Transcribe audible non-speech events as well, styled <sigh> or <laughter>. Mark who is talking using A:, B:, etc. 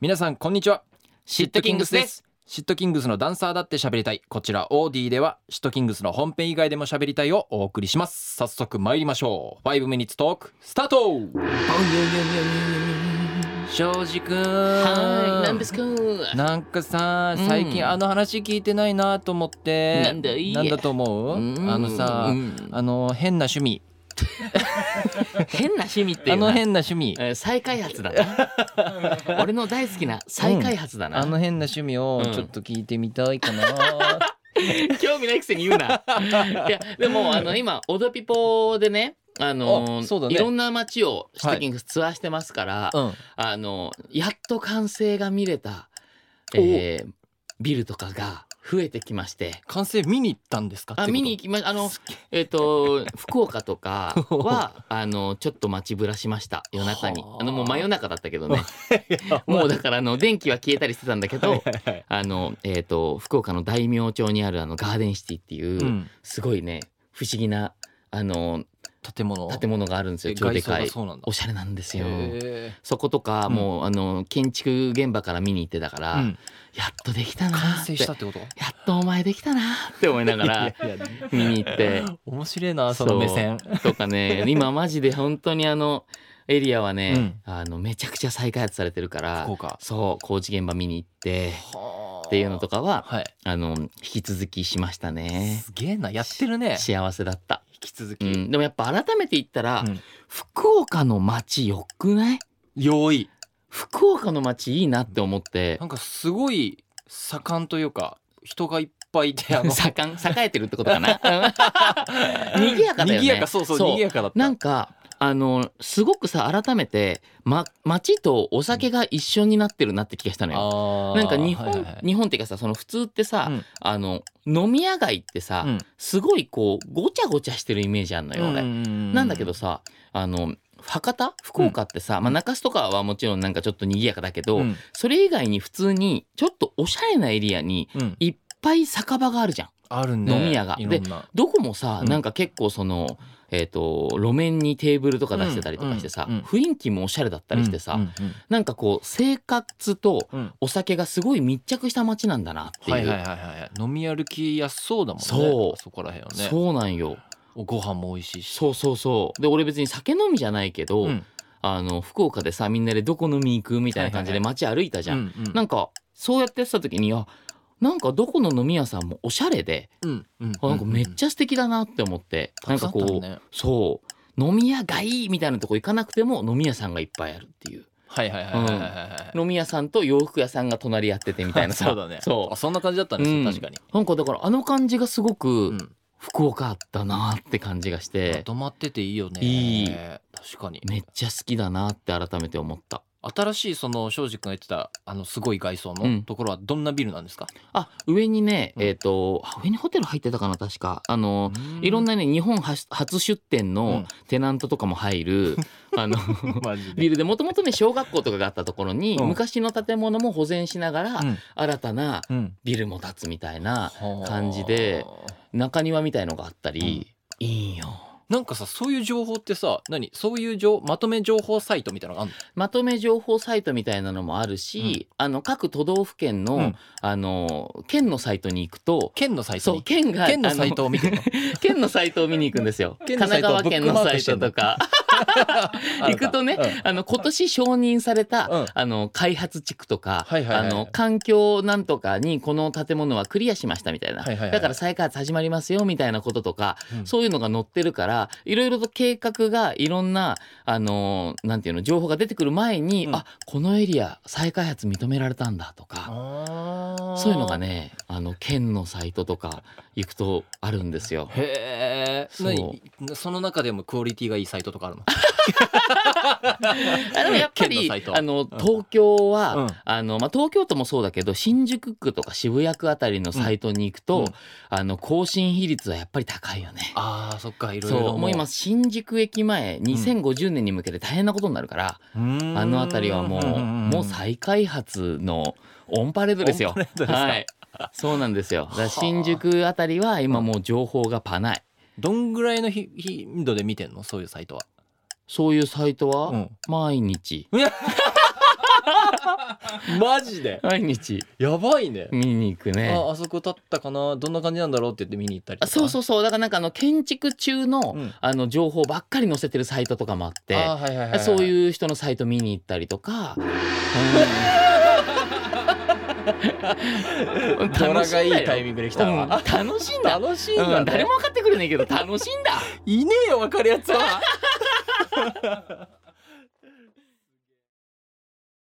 A: 皆さんこんにちはシ
B: ットキングスです
A: シットキングスのダンサーだって喋りたいこちらオーディではシットキングスの本編以外でも喋りたいをお送りします早速参りましょう5ミニッツトークスタート庄司くん
B: はい、なんですか。
A: なんかさ
B: うん
A: 最近あの話聞いてないなと思って、
B: なんだい
A: なんだと思う、
B: うん
A: あのさ、
B: うん
A: あの変な趣味
B: 変な趣味ってい
A: あ
B: うな。
A: の変な趣味
B: えー再開発だな。 <laughs> 俺の大好きな再開発だな。
A: あの変な趣味を
B: うん
A: ちょっと聞いてみたいか
B: <laughs>
A: な、
B: 興味ないくせに言うな。いや、でも、あの、今、オドピポでね。あの
A: あそうだね
B: いろんな街をシティキングスツアーしてますから、
A: うん、
B: あのやっと完成が見れた、えービルとかが増えてきまして
A: 完成見に行ったんですか
B: あ見に行
A: き
B: きまあのえっ、と福岡とかは
A: <laughs>
B: あのちょっと待ちぶらしました夜中に
A: はあ
B: あのもう真夜中だったけ
A: <laughs>
B: どね
A: も
B: もうだからあの電気は消えたりしてたんだけどあのえっ、と福岡の大名町にあるあのガーデンシティっていう、
A: うん、
B: すごいね不思議なあの
A: 建物
B: 建物があるんですよ超で
A: 外装
B: か
A: が
B: い
A: そうなんだ
B: おしゃれなんですよ
A: へ
B: そことか
A: うん
B: もう、あの建築現場から見に行ってたから、
A: ーうん
B: やっとできたなー
A: 完
B: って
A: 成したってことだ
B: やっとお前できたなーって思いながら見に行って
A: 面白いなその目線
B: と
A: <laughs>
B: かね今マジで本当にあのエリアはね、あのめちゃくちゃ再開発されてるから
A: 福岡
B: そう工事現場見に行って
A: はー
B: っていうのとかは
A: はい
B: あの引き続きしましたね
A: すげえなやってるね
B: 幸せだった、
A: 引き続
B: う
A: き、
B: ん、でもやっぱ改めて言ったら、
A: うん
B: 福岡の街よくない
A: 用意
B: 福岡の街いいなって思って
A: なんかすごい盛んというか人がいっぱいい
B: <laughs>
A: てあの
B: 盛ん栄えてるってこと
A: <laughs>
B: かな賑やかだよね
A: 賑やかそうそう
B: そう
A: 賑やかだった
B: なんかあのすごくさ改めて、ま、街とお酒が一緒になってるなって気がしたのよ。
A: あー
B: なんか日本、
A: はいはいはい
B: 日本っていうかさその普通ってさ、
A: うん
B: あの飲み屋街ってさ、
A: うん
B: すごいこうごちゃごちゃしてるイメージあんのよ、俺
A: な
B: なんだけどさあの博多福岡ってさ、まあ、中洲とかはもちろんなんかちょっと賑やかだけど、
A: うん
B: それ以外に普通にちょっとおしゃれなエリアに
A: うん
B: いっぱい酒場があるじゃん。
A: あるね
B: 飲み屋が
A: いろんな
B: どこもさ、
A: うん
B: なんか結構その、えー、と路面にテーブルとか出してたりとかしてさ、
A: うんうん
B: 雰囲気もおしゃれだったりしてさ、
A: うんうん
B: なんかこう生活と
A: うんうん
B: お酒がすごい密着した街なんだなっていう、
A: はいはいはいはい飲み歩きやすそうだもんね
B: そう
A: あそこらへんはね
B: そうなんよ
A: おご飯も美味しいし
B: そうそうそうで俺別に酒飲みじゃないけど、
A: うん
B: あの福岡でさみんなでどこ飲み行くみたいな感じで
A: はい
B: 街歩いたじゃん、
A: うんうん
B: なんかそうやってやってた時にあなんかどこの飲み屋さんもおしゃれで、
A: うんうん
B: あなんかめっちゃ素敵だなって思って、なんかこう、
A: たくさんあったね
B: そう飲み屋街みたいなとこ行かなくても飲み屋さんがいっぱいあるっていう
A: はいはいはいはいはいはい
B: 飲み屋さんと洋服屋さんが隣やっててみたいな
A: <laughs>
B: さ
A: そうだね
B: そ
A: あそんな感じだったね
B: うん
A: 確かに
B: うなんかだからあの感じがすご
A: う
B: く
A: ん
B: 福岡だなって感じがして
A: 止まってていいよね
B: いい
A: 確かに
B: めっちゃ好きだなって改めて思った
A: 新しいその庄司君が言ってたあのすごい外装
B: う
A: の
B: ん
A: ところはどんなビルなんですか
B: あ上にね
A: うん
B: えっ、とあ上にホテル入ってたかな確かあのいろん
A: な
B: なね日本初初出店
A: う
B: の
A: ん
B: テナントとかも
A: <laughs>
B: 入るあの
A: マジ
B: ビルでもともとね小学校とかがあったところに
A: うん
B: 昔の建物も保全しながら新たな
A: うん
B: ビルも建つみたいな
A: はあ
B: 感じで中庭みたいのがあったり、いいよ
A: なんかさそういう情報ってさ何そういう情まとめ情報サイトみたいなのがある
B: まとめ情報サイトみたいなのもあるし、あの各都道府県の、
A: うん
B: あの県のサイトに行くと
A: 県のサイト
B: そう
A: に
B: 県が
A: 県のサイト
B: あ
A: を見てるの
B: の <laughs> 県のサイトを見に行くんですよ
A: <laughs> 県
B: 神
A: のサイ
B: 奈
A: トを
B: 川県のサイトとか行くとね、
A: うん
B: <laughs> あの今年承認された、
A: うん
B: あの開発地区とか、
A: はいはいはい
B: あの環境なんとかにこの建物はクリアしましたみたいな、
A: はいはいはい
B: だから再開発始まりますよみたいなこととか、
A: うん
B: そういうのが載ってるからいろいろと計画がいろんなあのーなんていうの情報が出てくる前に、
A: うん
B: あこのエリア再開発認められたんだとかそういうのがねあの県のサイトとか行くとあるんですよ。
A: へえ
B: そう
A: 何その中でもクオリティがいいサイトとかあるの
B: あでもやっぱ
A: 県の
B: り
A: サイト
B: あの東京は、
A: うん
B: あのまあ、東京都もそうだけど新宿区とか渋谷区あたりのサイトに行くと、
A: うんうん
B: あの更新比率はやっぱり高いよね。
A: あーそっかいろいろ
B: そうもう今新宿駅前2050年に向けて大変なことになるから、あの辺りはもう,、もう再開発のオンパレードですよ
A: オンパレードですか
B: はいそうなんですよだか
A: はあ
B: ら新宿あたりは今もう情報がパない
A: どんぐらいのひ頻度で見てんのそういうサイトは。
B: そういうサイトは毎日、
A: いやマジで
B: 毎日
A: やばいね、
B: 見に行くね
A: ああそこ立ったかなどんな感じなんだろうって言って見に行ったりと
B: あ
A: か
B: そうそうそうだからなんかあの建築中の,、
A: うん
B: あの情報ばっかり載せてるサイトとかもあって
A: あはいはいはい、
B: そう
A: う
B: いう人のサイト見に行ったりとか、うん
A: <laughs> ドラ
B: 楽しんだ
A: がいい
B: よ
A: タイミングで来た
B: う
A: わ、
B: ん楽しいんだ、
A: 楽しいんだ、ね
B: うん、誰も分かってくれないけど楽しいんだ
A: いねえよ分かるやつは